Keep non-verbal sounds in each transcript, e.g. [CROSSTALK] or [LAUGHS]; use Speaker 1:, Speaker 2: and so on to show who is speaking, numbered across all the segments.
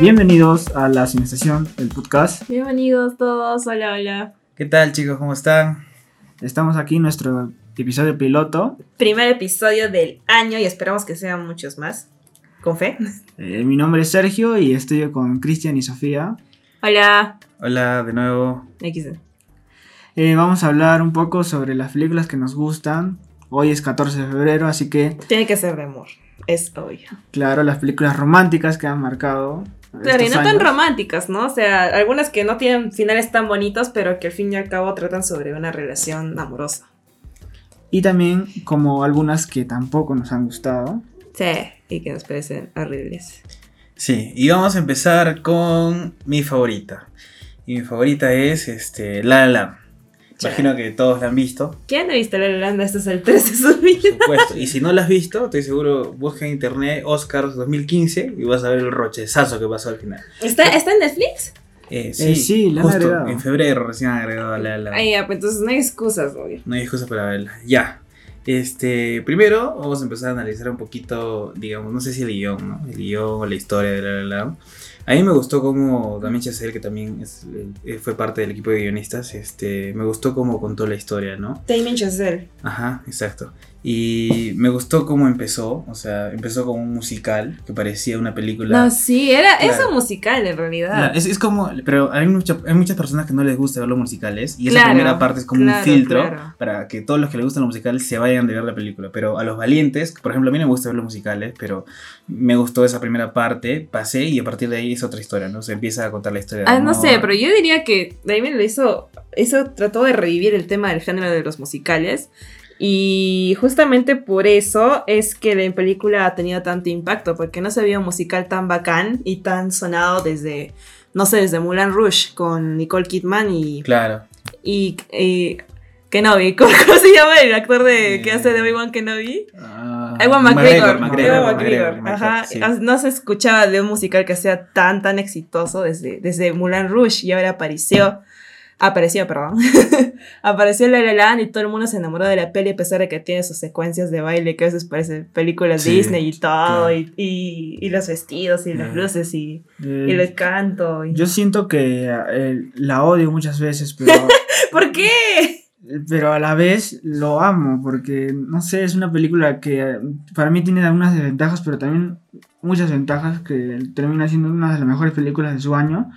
Speaker 1: Bienvenidos a La Sinestación, el podcast.
Speaker 2: Bienvenidos todos, hola, hola.
Speaker 3: ¿Qué tal chicos? ¿Cómo están?
Speaker 1: Estamos aquí en nuestro episodio piloto.
Speaker 2: Primer episodio del año y esperamos que sean muchos más. Con fe.
Speaker 1: Eh, mi nombre es Sergio y estoy con Cristian y Sofía.
Speaker 2: Hola.
Speaker 3: Hola de nuevo.
Speaker 2: XD.
Speaker 1: Eh, vamos a hablar un poco sobre las películas que nos gustan. Hoy es 14 de febrero, así que,
Speaker 2: Tiene que ser de amor, es obvio.
Speaker 1: claro, las películas románticas que han marcado.
Speaker 2: Claro, y
Speaker 1: estos
Speaker 2: no tan
Speaker 1: años.
Speaker 2: románticas, ¿no? O sea, algunas que no tienen finales tan bonitos, pero que al fin y al cabo tratan sobre una relación amorosa.
Speaker 1: Y también como algunas que tampoco nos han gustado.
Speaker 2: Sí, y que nos parecen horribles.
Speaker 3: Sí, y vamos a empezar con mi favorita. Y mi favorita es este, La La Land. Imagino que todos la han visto,
Speaker 2: ¿Quién ha visto la Holanda estas alturas de su
Speaker 3: por
Speaker 2: vida?
Speaker 3: supuesto. y si no la has visto, estoy seguro, busca en internet Oscars 2015 y vas a ver el rochezazo que pasó al final.
Speaker 2: [LAUGHS] ¿Está, está en Netflix?
Speaker 3: Eh, sí,
Speaker 1: sí, la han
Speaker 3: justo
Speaker 1: agregado.
Speaker 3: en febrero recién han agregado a La La Land.
Speaker 2: Ah, ya, pues entonces no hay excusas, obvio.
Speaker 3: No hay excusa para verla. Ya. Este, primero vamos a empezar a analizar un poquito, digamos, no sé si el guión, ¿no? El guión o la historia de La La Land. A mí me gustó como también Chazelle, que también es- eh, fue parte del equipo de guionistas, este, me gustó cómo contó la historia, ¿no?
Speaker 2: Damien Chazelle.
Speaker 3: Ajá, exacto. Y me gustó cómo empezó, o sea, empezó como un musical que parecía una película.
Speaker 2: No, sí, era
Speaker 3: Claro.
Speaker 2: eso musical en realidad.
Speaker 3: La- es, es como, pero hay, mucha- hay muchas personas que no les gusta ver los musicales y esa
Speaker 2: Claro,
Speaker 3: primera parte es como
Speaker 2: claro,
Speaker 3: un filtro
Speaker 2: claro.
Speaker 3: para que todos los que les gustan los musicales se vayan de ver la película. Pero a los valientes, por ejemplo, a mí no me gusta ver los musicales, pero me gustó esa primera parte, pasé y a partir de ahí es otra historia, ¿no? Se empieza a contar la historia. de
Speaker 2: Ah, no
Speaker 3: amor.
Speaker 2: sé, pero yo diría que Damien lo hizo, eso trató de revivir el tema del género de los musicales. Y justamente por eso es que la película ha tenido tanto impacto, porque no se había un musical tan bacán y tan sonado desde, no sé, desde Mulan Rush con Nicole Kidman y...
Speaker 3: Claro.
Speaker 2: y, eh, Kenobi, [LAUGHS] ¿cómo cómo se llama el actor de, que
Speaker 3: Eh.
Speaker 2: hace de Obi-Wan Kenobi?
Speaker 3: Ah,
Speaker 2: Ewan McGregor.
Speaker 3: McGregor,
Speaker 2: Ewan
Speaker 3: McGregor,
Speaker 2: McGregor,
Speaker 3: McGregor,
Speaker 2: Ajá. ah,
Speaker 3: sí.
Speaker 2: As- No se escuchaba de un musical que sea tan, tan exitoso desde, desde Mulan Rouge y ahora apareció. Apareció, perdón. [LAUGHS] apareció La La Land y todo el mundo se enamoró de la peli a pesar de que tiene sus secuencias de baile que a veces parecen películas
Speaker 3: Sí,
Speaker 2: Disney y todo.
Speaker 3: claro.
Speaker 2: Y, y- y los vestidos y las
Speaker 3: Ajá.
Speaker 2: luces y,
Speaker 1: Eh,
Speaker 2: y el canto. y-
Speaker 1: Yo siento que eh, la odio muchas veces,
Speaker 2: [LAUGHS]
Speaker 1: pero... [LAUGHS]
Speaker 2: ¿Por qué?
Speaker 1: pero a la vez lo amo porque no sé es una película que eh, para mí tiene algunas desventajas pero también muchas ventajas que termina siendo una de las mejores películas de su año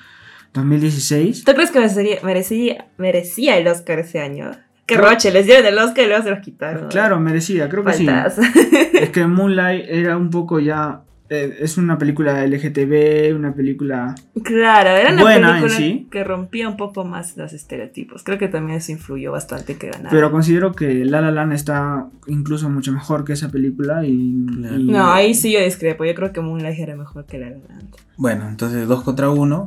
Speaker 1: 2016
Speaker 2: ¿Tú crees que merecería, merecía, merecía el Oscar ese año? Que roche, les dieron el Oscar y luego se los quitaron.
Speaker 1: claro merecida creo que sí
Speaker 2: Faltas.
Speaker 1: [LAUGHS] es que Moonlight era un poco ya eh, es una película LGTB una película
Speaker 2: Claro, era una
Speaker 1: Buena en
Speaker 2: película
Speaker 1: sí.
Speaker 2: que rompía un poco más los estereotipos. Creo que también eso influyó bastante que ganara.
Speaker 1: pero considero que La La Land está incluso mucho mejor que esa película y,
Speaker 3: Claro.
Speaker 1: y-
Speaker 2: no, ahí sí yo discrepo. Yo creo que Moonlight era mejor que la ganante.
Speaker 3: Bueno, entonces dos
Speaker 2: [LAUGHS]
Speaker 3: contra uno.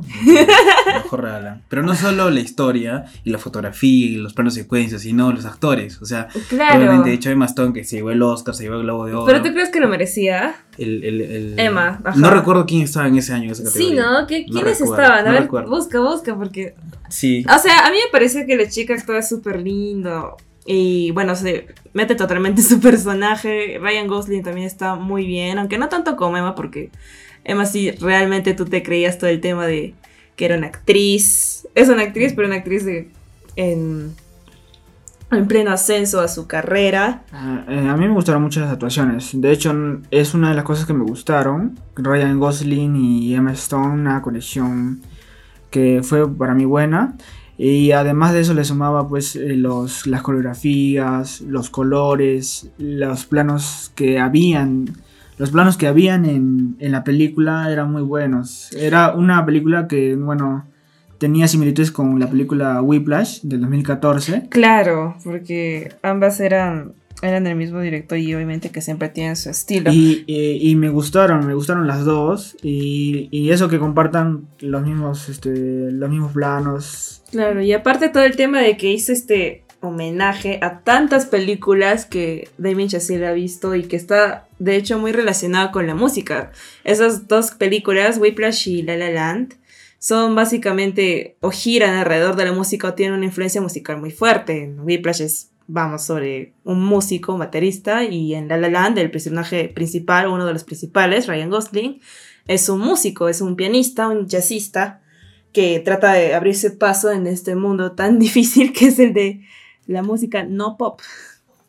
Speaker 3: Mejor regalan. Pero no solo la historia y la fotografía y los planos secuencias, sino los actores. O sea,
Speaker 2: Claro.
Speaker 3: obviamente, de hecho, Emma Stone que se llevó el Oscar, se llevó el Globo de Oro.
Speaker 2: Pero tú crees que lo merecía.
Speaker 3: el, el- el-
Speaker 2: Emma, ajá.
Speaker 3: No recuerdo quién estaba en ese año. en esa
Speaker 2: Sí,
Speaker 3: categoría.
Speaker 2: ¿no? ¿Qué-
Speaker 3: No
Speaker 2: ¿Quiénes
Speaker 3: recuerdo,
Speaker 2: estaban? A
Speaker 3: no
Speaker 2: ver,
Speaker 3: recuerdo.
Speaker 2: busca, busca, porque.
Speaker 3: Sí.
Speaker 2: O sea, a mí me pareció que la chica actúa súper lindo. Y bueno, se mete totalmente en su personaje. Ryan Gosling también está muy bien, aunque no tanto como Emma, porque Emma sí realmente tú te creías todo el tema de que era una actriz. Es una actriz, pero una actriz de- en, en pleno ascenso a su carrera.
Speaker 1: Ah, eh, a mí me gustaron mucho las actuaciones. De hecho, n- es una de las cosas que me gustaron. Ryan Gosling y Emma Stone, una conexión que fue para mí buena. Y además de eso le sumaba pues eh, los, las coreografías, los colores, los planos que habían. Los planos que habían en, en la película eran muy buenos. Era una película que, bueno, tenía similitudes con la película Whiplash del 2014.
Speaker 2: Claro, porque ambas eran, eran del mismo director y obviamente que siempre tienen su estilo.
Speaker 1: Y, y- y me gustaron, me gustaron las dos. Y, y eso que compartan los mismos, este, los mismos planos.
Speaker 2: Claro, y aparte todo el tema de que hizo este homenaje a tantas películas que Damien Chazelle ha visto y que está de hecho muy relacionado con la música. Esas dos películas, Whiplash y La La Land, son básicamente o giran alrededor de la música o tienen una influencia musical muy fuerte. En Whiplash es, vamos, sobre un músico, un baterista y en La La Land el personaje principal, uno de los principales, Ryan Gosling, es un músico, es un pianista, un jazzista, que trata de abrirse paso en este mundo tan [LAUGHS] difícil que es el de la música no pop.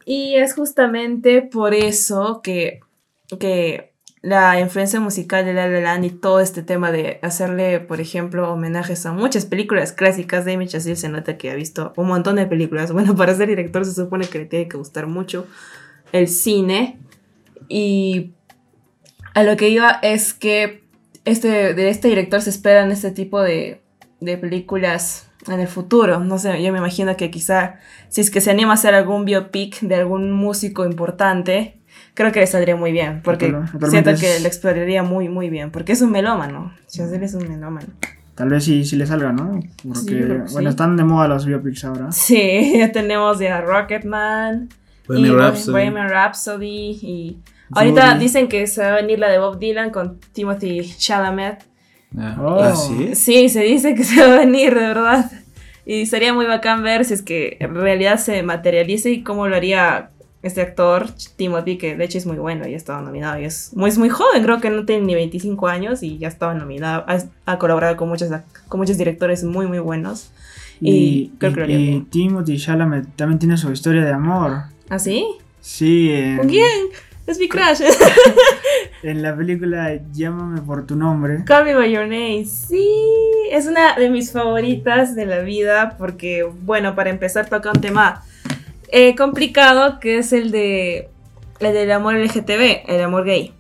Speaker 2: Y es justamente por eso que, que la influencia musical de La La Land y todo este tema de hacerle, por ejemplo, homenajes a muchas películas clásicas de Amy Chazelle se nota que ha visto un montón de películas. Bueno, para ser director se supone que le tiene que gustar mucho el cine y a lo que iba es que este, de este director se esperan este tipo de, de películas en el futuro. No sé, yo me imagino que quizá si es que se anima a hacer algún biopic de algún músico importante, creo que le saldría muy bien, porque
Speaker 1: Total- totalmente
Speaker 2: siento
Speaker 1: es-
Speaker 2: que lo exploraría muy, muy bien, porque es un melómano. Chazelle es un melómano.
Speaker 1: Tal vez si, si le salga, ¿no? Porque,
Speaker 2: Sí, yo creo que
Speaker 1: bueno,
Speaker 2: sí.
Speaker 1: están de moda las biopics ahora.
Speaker 2: Sí, [LAUGHS] ya tenemos ya Rocketman, y
Speaker 3: Bohemian Rhapsody.
Speaker 2: Bohemian Rhapsody y... Ahorita
Speaker 1: Judy.
Speaker 2: dicen que se va a venir la de Bob Dylan con Timothy Chalamet.
Speaker 3: Ah,
Speaker 1: Oh.
Speaker 3: ¿ah, sí?
Speaker 2: Sí, se dice que [LAUGHS] se va a venir, de verdad. Y sería muy bacán ver si es que en realidad se materialice y cómo lo haría este actor, Timothy, que de hecho es muy bueno y ha estado nominado. Y es muy, es muy joven, creo que no tiene ni 25 años y ya estaba nominado. Ha, ha colaborado con muchos, con muchos directores muy, muy buenos. Y creo que lo haría
Speaker 1: y
Speaker 2: bien.
Speaker 1: Timothy Chalamet también tiene su historia de amor.
Speaker 2: ¿Ah, sí?
Speaker 1: Sí, en,
Speaker 3: Mm.
Speaker 2: ¿Con quién? Es mi crush. [LAUGHS]
Speaker 1: en la película Llámame por tu nombre.
Speaker 2: Call Me By Your Name, sí, es una de mis favoritas de la vida porque, bueno, para empezar toca un tema eh, complicado que es el de el del amor LGTB, el amor gay.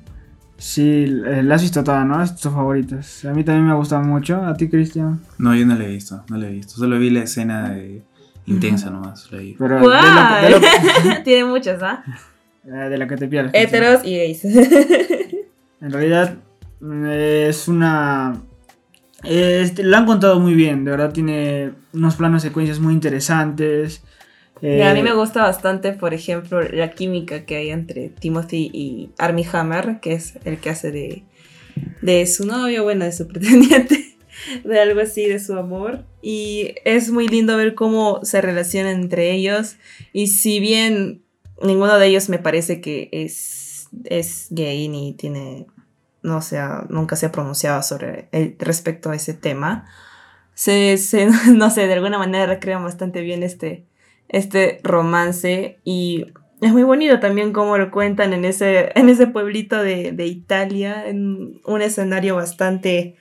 Speaker 1: Sí, eh, la has visto toda, ¿no? Es tus favoritas. A mí también me gusta mucho. ¿A ti, Cristian?
Speaker 3: No, yo no la he visto, no la he visto. Solo vi la escena de- intensa nomás. La vi.
Speaker 1: Pero de la, de
Speaker 2: ¡Guau!
Speaker 1: la-
Speaker 2: [LAUGHS] Tiene muchas, ¿ah?
Speaker 1: eh, de la que te
Speaker 2: [LAUGHS]
Speaker 1: pierdes. Cristian.
Speaker 2: Heteros y gays. [LAUGHS]
Speaker 1: En realidad mm, es una... es- lo han contado muy bien, de verdad tiene unos planos secuencias muy interesantes.
Speaker 2: Y a mí me
Speaker 1: Eh,
Speaker 2: gusta bastante, por ejemplo, la química que hay entre Timothy y Armie Hammer, que es el que hace de, de su novio, bueno, de su [LAUGHS] pretendiente, de algo así, de su amor. Y es muy lindo ver cómo se relacionan entre ellos. Y si bien ninguno de ellos me parece que es, es gay ni tiene, no sé, nunca se ha pronunciado sobre el, respecto a ese tema, se, se- [LAUGHS] no sé, de alguna manera recrean bastante bien este, este romance y es muy bonito también cómo lo cuentan en ese, en ese pueblito de, de Italia, en un escenario bastante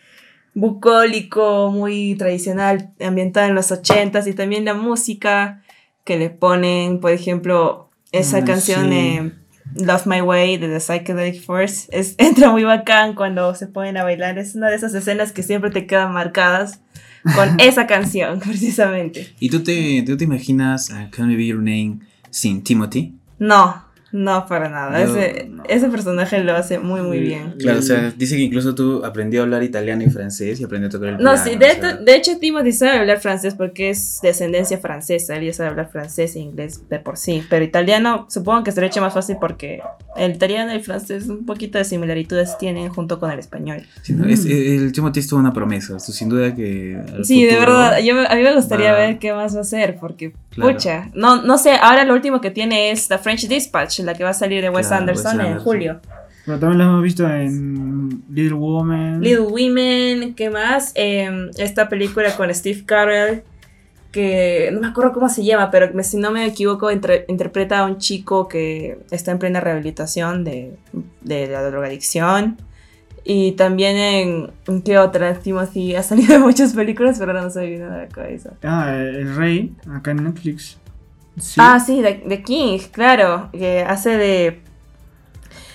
Speaker 2: bucólico, muy tradicional, ambientado en los ochentas y también la música que le ponen, por ejemplo, esa
Speaker 1: Ah,
Speaker 2: canción
Speaker 1: sí.
Speaker 2: eh, Love My Way de The Psychedelic Force, es, [LAUGHS] entra muy bacán cuando se ponen a bailar, es una de esas escenas que siempre te quedan marcadas
Speaker 1: [LAUGHS]
Speaker 2: con esa canción precisamente.
Speaker 3: ¿Y tú te, tú te imaginas a Can We Be Your Name sin Timothy?
Speaker 2: No, no para nada.
Speaker 3: Yo-
Speaker 2: ese, ese personaje lo hace muy, muy
Speaker 1: Sí.
Speaker 2: bien.
Speaker 3: Claro, o sea, dice que incluso tú aprendió a hablar italiano y francés y aprendió a tocar el piano.
Speaker 2: No, sí,
Speaker 3: o
Speaker 2: de,
Speaker 3: sea,
Speaker 2: de hecho Timothy sabe hablar francés porque es de ascendencia francesa, él ya sabe hablar francés e inglés de por sí, pero italiano supongo que se lo echa más fácil porque el italiano y el francés un poquito de similitudes tienen junto con el español.
Speaker 3: sí, no, es- el, Timothy es toda una promesa, o sea, sin duda que... al
Speaker 2: Sí, de
Speaker 3: futuro-
Speaker 2: verdad, yo, me- a mí me gustaría
Speaker 3: va-
Speaker 2: ver qué más va a hacer porque,
Speaker 3: Claro.
Speaker 2: pucha, no, no sé, ahora lo último que tiene es The French Dispatch, la que va a salir de Wes
Speaker 3: Claro, Wes
Speaker 2: Anderson en
Speaker 3: Anderson.
Speaker 2: julio.
Speaker 1: pero también lo hemos visto en Little Woman.
Speaker 2: Little Women, ¿qué más? Eh, esta película con Steve Carell, que no me acuerdo cómo se llama, pero me- si no me equivoco, entre- interpreta a un chico que está en plena rehabilitación de, de la drogadicción. Y también en, ¿en ¿qué otra? Timothy ha salido en muchas películas, pero no se me viene a la cabeza.
Speaker 1: Ah, eh, El Rey, acá en Netflix. Sí,
Speaker 2: Ah, sí, The, The King, claro, que hace de,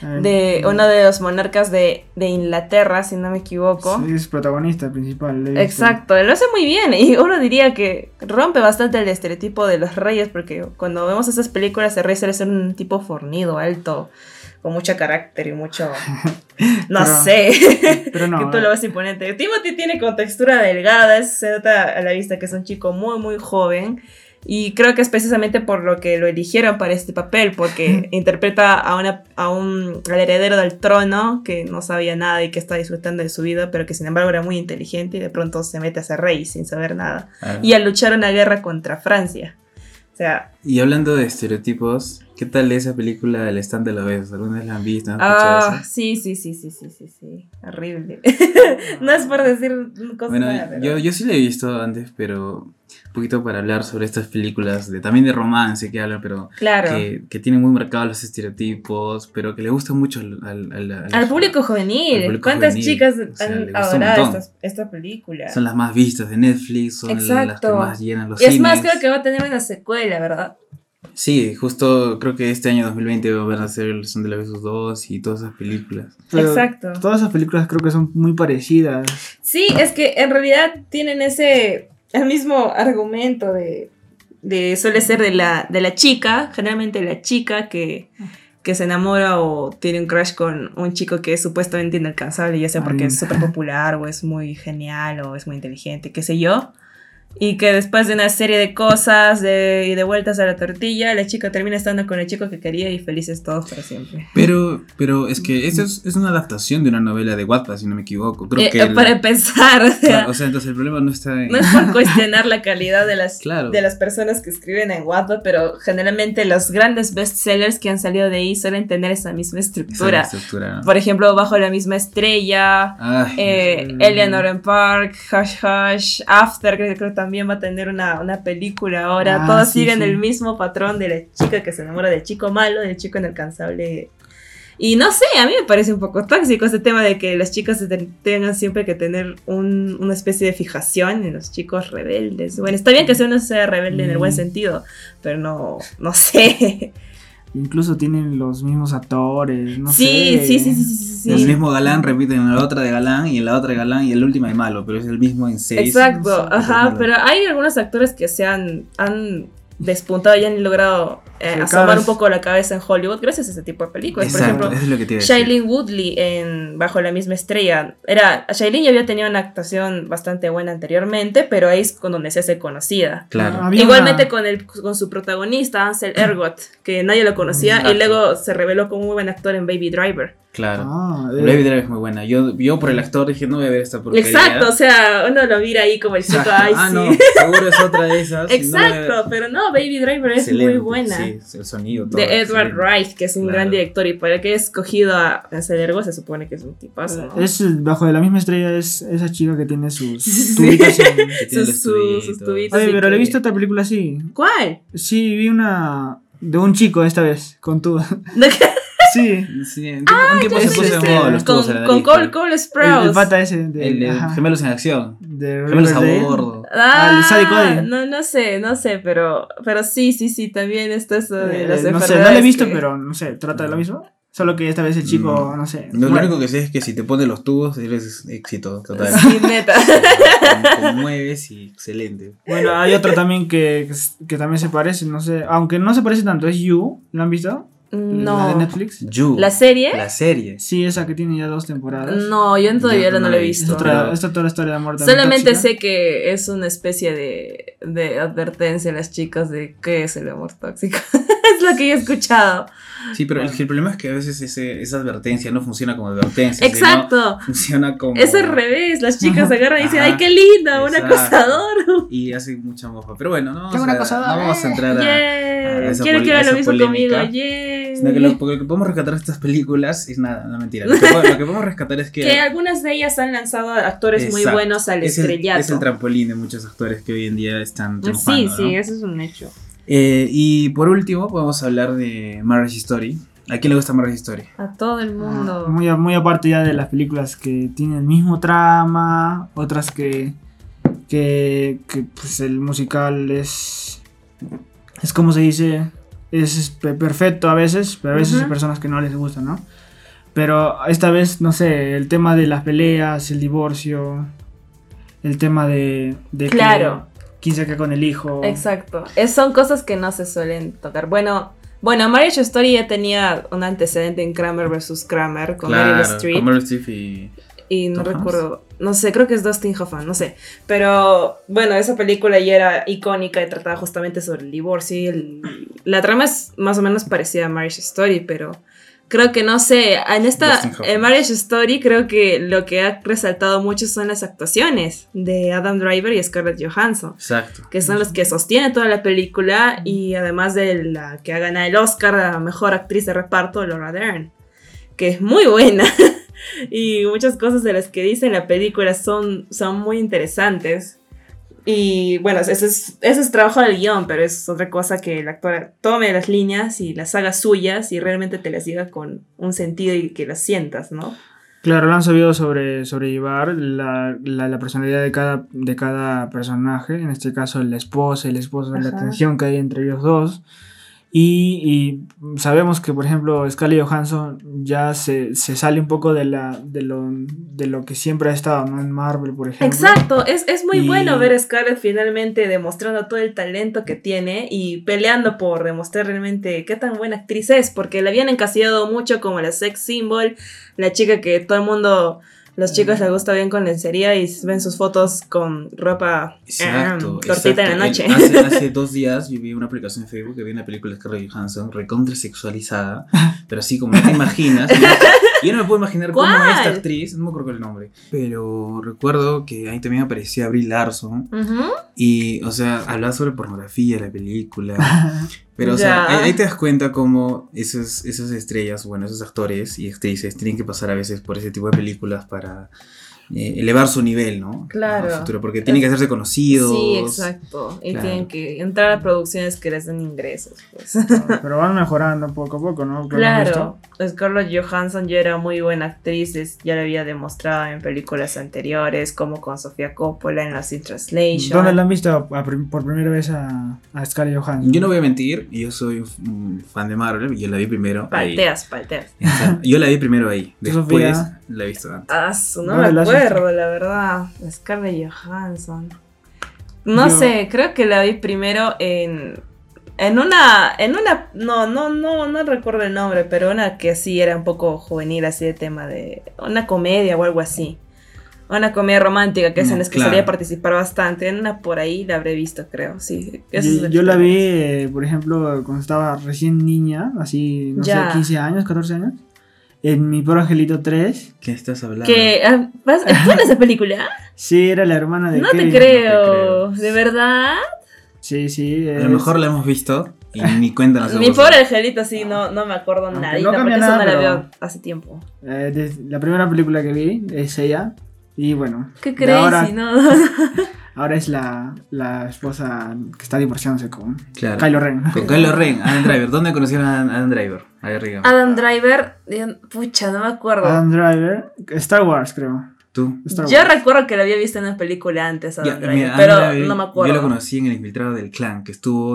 Speaker 1: eh,
Speaker 2: de uno de los monarcas de, de Inglaterra, si no me equivoco.
Speaker 1: sí, es protagonista principal. de esto.
Speaker 2: Exacto, lo hace muy bien y uno diría que rompe bastante el estereotipo de los reyes porque cuando vemos esas películas el rey suele ser un tipo fornido, alto, con mucho carácter y mucho... No
Speaker 1: Pero-
Speaker 2: sé,
Speaker 1: [LAUGHS] Pero no,
Speaker 2: [LAUGHS] que
Speaker 3: eh.
Speaker 2: tú lo ves imponente. Timothy tiene con textura delgada, es- se nota a la vista que es un chico muy muy joven y creo que es precisamente por lo que lo eligieron para este papel
Speaker 3: [LAUGHS]
Speaker 2: porque interpreta a, una, a un, al heredero del trono que no sabía nada y que está disfrutando de su vida pero que sin embargo era muy inteligente y de pronto se mete a ser rey sin saber nada
Speaker 3: Ah,
Speaker 2: y a luchar una guerra contra Francia. O sea,
Speaker 3: Y hablando de estereotipos, ¿qué tal esa película El stand de los besos? ¿Alguna vez la han visto? ¿Han escuchado
Speaker 2: Ah,
Speaker 3: eso? Ah.
Speaker 2: sí, sí, sí, sí, sí, sí, sí. Horrible. [LAUGHS] no es por decir cosas
Speaker 3: Bueno,
Speaker 2: malas, pero-
Speaker 3: yo, yo sí la he visto antes, pero un poquito para hablar sobre estas películas, de, también de romance que hablan, pero
Speaker 2: Claro.
Speaker 3: que, que tienen muy marcados los estereotipos, pero que le gusta mucho al, al- al- a los-
Speaker 2: Al público juvenil.
Speaker 3: Al público
Speaker 2: ¿Cuántas
Speaker 3: juvenil.
Speaker 2: chicas
Speaker 3: O sea, le
Speaker 2: han
Speaker 3: gusta un
Speaker 2: adorado
Speaker 3: montón.
Speaker 2: estas- esta película?
Speaker 3: Son las más vistas de Netflix, son las que
Speaker 2: Exacto.
Speaker 3: más llenan los
Speaker 2: y es más,
Speaker 3: cines.
Speaker 2: creo que va a tener una secuela, ¿verdad?
Speaker 3: Sí, justo creo que este año 2020 van a ser el Son de los Besos 2 y todas esas películas.
Speaker 1: Pero
Speaker 2: Exacto.
Speaker 1: Todas esas películas creo que son muy parecidas.
Speaker 2: Sí, es que en realidad tienen ese el mismo argumento de, de suele ser de la, de la chica, generalmente la chica que, que se enamora o tiene un crush con un chico que es supuestamente inalcanzable, ya sea porque
Speaker 1: Ay.
Speaker 2: es súper popular o es muy genial o es muy inteligente, qué sé yo. Y que después de una serie de cosas de- y de vueltas a la tortilla, la chica termina estando con el chico que quería y felices todos para siempre.
Speaker 3: Pero, pero es que esto es, es una adaptación de una novela de Wattpad, si no me equivoco. Creo
Speaker 2: Eh,
Speaker 3: que
Speaker 2: eh,
Speaker 3: el-
Speaker 2: para empezar, o sea,
Speaker 3: claro, o sea, entonces el problema no está en...
Speaker 2: No es por cuestionar la calidad de
Speaker 3: [LAUGHS]
Speaker 2: las,
Speaker 3: Claro.
Speaker 2: de las personas que escriben en Wattpad, pero generalmente los grandes bestsellers que han salido de ahí suelen tener esa misma
Speaker 3: esa era
Speaker 2: estructura.
Speaker 3: la estructura. ¿no?
Speaker 2: Por ejemplo, Bajo la misma estrella,
Speaker 3: Ay,
Speaker 2: eh,
Speaker 1: Mm.
Speaker 2: Eleanor en Park, Hush Hush, After, que creo que también va a tener una, una película ahora.
Speaker 1: Ah,
Speaker 2: Todos
Speaker 1: sí,
Speaker 2: siguen
Speaker 1: sí.
Speaker 2: el mismo patrón de la chica que se enamora del chico malo, del chico inalcanzable. Y no sé, a mí me parece un poco tóxico ese tema de que las chicas se ten- tengan siempre que tener un- una especie de fijación en los chicos rebeldes. Bueno, está bien que uno sea rebelde en el buen
Speaker 1: Mm.
Speaker 2: sentido, pero no, no sé.
Speaker 1: Incluso tienen los mismos actores. No
Speaker 2: sí,
Speaker 1: sé.
Speaker 2: sí, sí, sí, sí, sí.
Speaker 3: El mismo galán repiten en la otra de galán y en la otra de galán y el último de malo, pero es el mismo en seis.
Speaker 1: no
Speaker 2: Exacto,
Speaker 1: sé,
Speaker 2: ajá,
Speaker 3: recuerdo.
Speaker 2: pero hay algunos actores que se han, han despuntado y han logrado eh,
Speaker 1: Sí,
Speaker 2: asomar
Speaker 1: cada vez-
Speaker 2: un poco la cabeza en Hollywood gracias a ese tipo de películas.
Speaker 3: Exacto,
Speaker 2: pues, Por ejemplo,
Speaker 3: eso es lo que te iba a decir.
Speaker 2: Shailene Woodley en Bajo la misma estrella. Era, Shailene ya había tenido una actuación bastante buena anteriormente, pero ahí es con donde se hace conocida.
Speaker 3: Claro.
Speaker 1: Había
Speaker 2: Igualmente
Speaker 1: una-
Speaker 2: con, el, con su protagonista, Ansel Ergot, que nadie lo conocía y
Speaker 3: Exacto.
Speaker 2: luego se reveló como un muy buen actor en Baby Driver.
Speaker 3: Claro.
Speaker 1: Ah, eh,
Speaker 3: Baby Drive es muy buena. Yo, yo por el actor dije, no voy a ver esta porquería.
Speaker 2: Exacto, o sea, uno lo mira ahí como el chico,
Speaker 3: Exacto.
Speaker 2: ay,
Speaker 3: [LAUGHS] ah,
Speaker 2: sí.
Speaker 3: no, seguro es otra de esas. y no la voy a ver.
Speaker 2: Exacto, pero no, Baby Driver es
Speaker 3: Excelente,
Speaker 2: muy buena.
Speaker 3: Sí, el sonido. todo,
Speaker 2: De Edward
Speaker 3: excelente.
Speaker 2: Wright, que es un
Speaker 3: Claro.
Speaker 2: gran director, y para que he escogido a Ansel Ergo se supone que es un tipazo. ¿no?
Speaker 1: Es bajo de la misma estrella, es esa chica que tiene
Speaker 2: [LAUGHS]
Speaker 1: sus
Speaker 2: Sí, sí, sí.
Speaker 1: tubitos en-
Speaker 3: Que tiene
Speaker 2: Sus-
Speaker 3: los
Speaker 2: sus-
Speaker 3: tubitos.
Speaker 2: sus tubitos.
Speaker 1: Oye,
Speaker 2: Así
Speaker 1: pero le he
Speaker 2: que-
Speaker 1: visto otra película así.
Speaker 2: ¿Cuál?
Speaker 1: Sí, vi una de un chico esta vez, con tu. [LAUGHS]
Speaker 2: ¿De qué?
Speaker 1: Sí,
Speaker 3: Sí, ¿en qué-
Speaker 2: Ah,
Speaker 3: en qué se
Speaker 1: sí,
Speaker 3: puso
Speaker 1: sí,
Speaker 3: de moda
Speaker 1: sí.
Speaker 3: los tubos en
Speaker 2: este, Con,
Speaker 3: la
Speaker 2: con
Speaker 3: lista?
Speaker 2: Cole, Cole
Speaker 1: el, el
Speaker 2: Sprouse.
Speaker 1: pata ese de,
Speaker 3: El de
Speaker 1: ajá,
Speaker 3: Gemelos en Acción.
Speaker 1: de
Speaker 3: Gemelos a
Speaker 1: Riverdale.
Speaker 3: bordo.
Speaker 1: Ah, el Sadie Cody.
Speaker 2: no, no sé, no sé, pero, pero sí, sí, sí, también está eso de
Speaker 1: Eh,
Speaker 2: las
Speaker 1: no sé, no
Speaker 2: enfermedades
Speaker 1: la he visto,
Speaker 2: que-
Speaker 1: pero no sé, trata de lo mismo. Solo que esta vez el chico,
Speaker 3: Mm.
Speaker 1: no sé.
Speaker 3: Lo
Speaker 1: muere.
Speaker 3: único que sé es que si te pones los tubos eres éxito total.
Speaker 2: [LAUGHS] Sí,
Speaker 1: [LAUGHS]
Speaker 2: neta.
Speaker 3: Te conmueves y excelente.
Speaker 1: Bueno, hay otro también que, que- que también se parece, no sé. Aunque no se parece tanto, es You. ¿Lo han visto? La de
Speaker 2: No.
Speaker 1: Netflix.
Speaker 3: You.
Speaker 2: ¿La serie?
Speaker 3: La serie.
Speaker 1: Sí, esa que tiene ya dos temporadas.
Speaker 2: No, yo todavía
Speaker 3: Yo
Speaker 2: no,
Speaker 3: no
Speaker 2: la
Speaker 3: la
Speaker 2: he
Speaker 3: he
Speaker 1: Es
Speaker 2: visto.
Speaker 3: visto.
Speaker 1: otra,
Speaker 3: Pero-
Speaker 1: es otra historia de amor también
Speaker 2: Solamente
Speaker 1: tóxica.
Speaker 2: sé que es una especie de, de advertencia a las chicas de qué es el amor tóxico. [LAUGHS] es lo que yo he escuchado.
Speaker 3: Sí, pero el, el problema es que a veces ese- esa advertencia no funciona como advertencia. sino
Speaker 2: Exacto.
Speaker 3: funciona como.
Speaker 2: Es al revés. Las chicas agarran y dicen,
Speaker 3: Ajá.
Speaker 2: ay, qué linda, un
Speaker 3: Exacto.
Speaker 2: acosador. [LAUGHS]
Speaker 3: Y hace mucha mofa. Pero bueno, no vamos,
Speaker 1: Tengo
Speaker 3: a,
Speaker 1: una cosa,
Speaker 3: no
Speaker 2: eh.
Speaker 3: vamos a entrar a.
Speaker 2: Yeah.
Speaker 3: a esa
Speaker 2: Quiero
Speaker 3: pol-
Speaker 2: que haga
Speaker 3: esa
Speaker 2: lo mismo
Speaker 3: polémica.
Speaker 2: conmigo. Yeah.
Speaker 3: sino que lo, porque lo que podemos rescatar de estas películas es nada, no mentira. Lo que, po- lo que podemos rescatar es que.
Speaker 2: Que algunas de ellas han lanzado a actores muy
Speaker 3: Exacto.
Speaker 2: buenos al
Speaker 3: es, el,
Speaker 2: estrellato.
Speaker 3: es el trampolín de muchos actores que hoy en día están
Speaker 2: sí,
Speaker 3: triunfando.
Speaker 2: sí,
Speaker 3: ¿no?
Speaker 2: eso es un hecho.
Speaker 3: Eh, y por último, podemos hablar de Marriage Story. ¿A quién le gusta Marriage Story?
Speaker 2: A todo el mundo.
Speaker 1: Ah, Muy, a- muy aparte ya de las películas que tienen el mismo trama, otras que, que, que, pues el musical es, es como se dice, es es pe- perfecto a veces, pero a veces hay
Speaker 2: Ujú.
Speaker 1: personas que no les gusta, ¿no? Pero esta vez, no sé, el tema de las peleas, el divorcio, el tema de, de que
Speaker 2: Claro.
Speaker 1: quién se queda con el hijo.
Speaker 2: Exacto. Es- son cosas que no se suelen tocar. Bueno, bueno, Marriage Story ya tenía un antecedente en Kramer vs. Kramer con Meryl Streep.
Speaker 3: con Meryl Streep y...
Speaker 2: Y no
Speaker 3: Tom Hanks.
Speaker 2: recuerdo, no sé, creo que es Dustin Hoffman, no sé. Pero bueno, esa película ya era icónica y trataba justamente sobre el divorcio. y el- la trama es más o menos parecida a Marriage Story, pero creo que no sé, en esta
Speaker 3: Dustin Hoffman.
Speaker 2: en Marriage Story creo que lo que ha resaltado mucho son las actuaciones de Adam Driver y Scarlett Johansson,
Speaker 3: Exacto.
Speaker 2: que son los que sostienen toda la película y además de la que ha ganado el Oscar a mejor actriz de reparto, Laura Dern, que es muy buena. [LAUGHS] y muchas cosas de las que dice en la película son, son muy interesantes. Y bueno, ese es, ese es trabajo del guión, pero es otra cosa que el actor tome las líneas y las haga suyas y realmente te las diga con un sentido y que las sientas, ¿no?
Speaker 1: Claro, lo han sabido sobre, sobrellevar la, la, la personalidad de cada, de cada personaje, en este caso la esposa, el esposo, la
Speaker 2: Ajá.
Speaker 1: tensión que hay entre ellos dos. Y, y sabemos que, por ejemplo, Scarlett Johansson ya se, se sale un poco de, la, de, lo, de lo que siempre ha estado, ¿no? En Marvel, por ejemplo.
Speaker 2: Exacto, es, es muy
Speaker 1: Y-
Speaker 2: bueno ver a Scarlett finalmente demostrando todo el talento que tiene y peleando por demostrar realmente qué tan buena actriz es, porque la habían encasillado mucho como la sex symbol, la chica que todo el mundo, los chicos les gusta bien con lencería y ven sus fotos con ropa ehm,
Speaker 3: Exacto.
Speaker 2: cortita en la noche.
Speaker 3: exacto.
Speaker 2: [LAUGHS]
Speaker 3: Hace, hace dos días yo vi una aplicación en Facebook que vi una película de Scarlett Johansson
Speaker 2: [LAUGHS]
Speaker 3: recontra sexualizada, pero así como no te imaginas. ¿no? Yo no me puedo imaginar cómo
Speaker 2: ¿Cuál?
Speaker 3: esta actriz, no me acuerdo el nombre, pero recuerdo que ahí también aparecía Brie Larson
Speaker 2: Ujú.
Speaker 3: y, o sea, hablaba sobre pornografía, la película. Pero, o sea,
Speaker 2: Ya.
Speaker 3: ahí- ahí te das cuenta cómo esos, esas estrellas, bueno, esos actores y actrices tienen que pasar a veces por ese tipo de películas para eh, elevar su nivel, ¿no?
Speaker 2: Claro.
Speaker 3: A futuro, porque tienen que hacerse conocidos.
Speaker 2: Sí, exacto. Y
Speaker 3: Claro.
Speaker 2: tienen que entrar a producciones que les den ingresos. pues.
Speaker 1: [LAUGHS] Pero van mejorando poco a poco, ¿no? Claro, esto.
Speaker 2: Claro, Scarlett Johansson ya era muy buena actriz, es- ya lo había demostrado en películas anteriores, como con Sofía Coppola en Las In Translation.
Speaker 1: ¿Dónde la han visto a- a prim- por primera vez a, a Scarlett Johansson?
Speaker 3: Yo no voy a mentir, yo soy un f- un fan de Marvel y yo la vi primero ahí. [LAUGHS]
Speaker 2: Palteas, palteas.
Speaker 3: O sea, yo la vi
Speaker 1: [LAUGHS]
Speaker 3: primero ahí.
Speaker 1: ¿Tú,
Speaker 3: Después
Speaker 1: Sofía?
Speaker 3: la he visto antes.
Speaker 2: Ah, su- no
Speaker 1: ¿Dónde
Speaker 2: me
Speaker 1: la has
Speaker 2: acuerdo, la verdad. Scarlett Johansson. No
Speaker 1: Yo-
Speaker 2: sé, creo que la vi primero en. En una. En una. No, no, no, no recuerdo el nombre, pero una que sí era un poco juvenil, así de tema de. Una comedia o algo así. Una comedia romántica, que es en
Speaker 3: Mm,
Speaker 2: las que
Speaker 3: claro.
Speaker 2: solía participar bastante. En una por ahí la habré visto, creo. Sí. esa es
Speaker 1: Yo, yo
Speaker 2: que-
Speaker 1: la vi, eh, por ejemplo, cuando estaba recién niña, así, no
Speaker 2: Ya.
Speaker 1: sé, 15 años, 14 años, en Mi Pobre Angelito 3.
Speaker 3: ¿Qué estás hablando?
Speaker 2: Que. ah, ¿vas- ¿Tú en esa película?
Speaker 1: Sí, era la hermana de
Speaker 2: No
Speaker 1: Kevin.
Speaker 2: te creo.
Speaker 3: creo.
Speaker 2: ¿De verdad?
Speaker 1: Sí, sí.
Speaker 3: A
Speaker 1: es-
Speaker 3: lo mejor la hemos visto
Speaker 2: [LAUGHS]
Speaker 3: y ni cuenta nos
Speaker 2: Mi
Speaker 3: hemos-
Speaker 2: pobre angelito, sí, no, no me acuerdo
Speaker 1: Aunque
Speaker 2: nadita,
Speaker 1: no
Speaker 2: porque
Speaker 1: cambia
Speaker 2: eso no
Speaker 1: nada,
Speaker 2: la
Speaker 1: pero-
Speaker 2: veo hace tiempo.
Speaker 1: eh, desde la primera película que vi es ella. Y bueno,
Speaker 2: Qué
Speaker 1: de
Speaker 2: crazy,
Speaker 1: ahora,
Speaker 2: ¿no?
Speaker 1: ahora es la, la esposa que está divorciándose con
Speaker 3: Claro.
Speaker 1: Kylo Ren.
Speaker 3: Con Kylo Ren, Adam Driver. ¿Dónde conocieron a Adam Driver? A ver, dígame.
Speaker 2: Adam Driver, eh, pucha, no me acuerdo.
Speaker 3: Ah,
Speaker 1: Adam Driver, Star Wars creo.
Speaker 3: Tú.
Speaker 1: Star
Speaker 2: Yo
Speaker 1: Wars.
Speaker 2: recuerdo que lo había visto en una película antes, Adam
Speaker 3: Ya,
Speaker 2: Driver,
Speaker 3: mira,
Speaker 2: pero
Speaker 3: Andrea Bell,
Speaker 2: no me
Speaker 3: Yo la
Speaker 2: acuerdo.
Speaker 3: conocí en El Infiltrado del Clan, que estuvo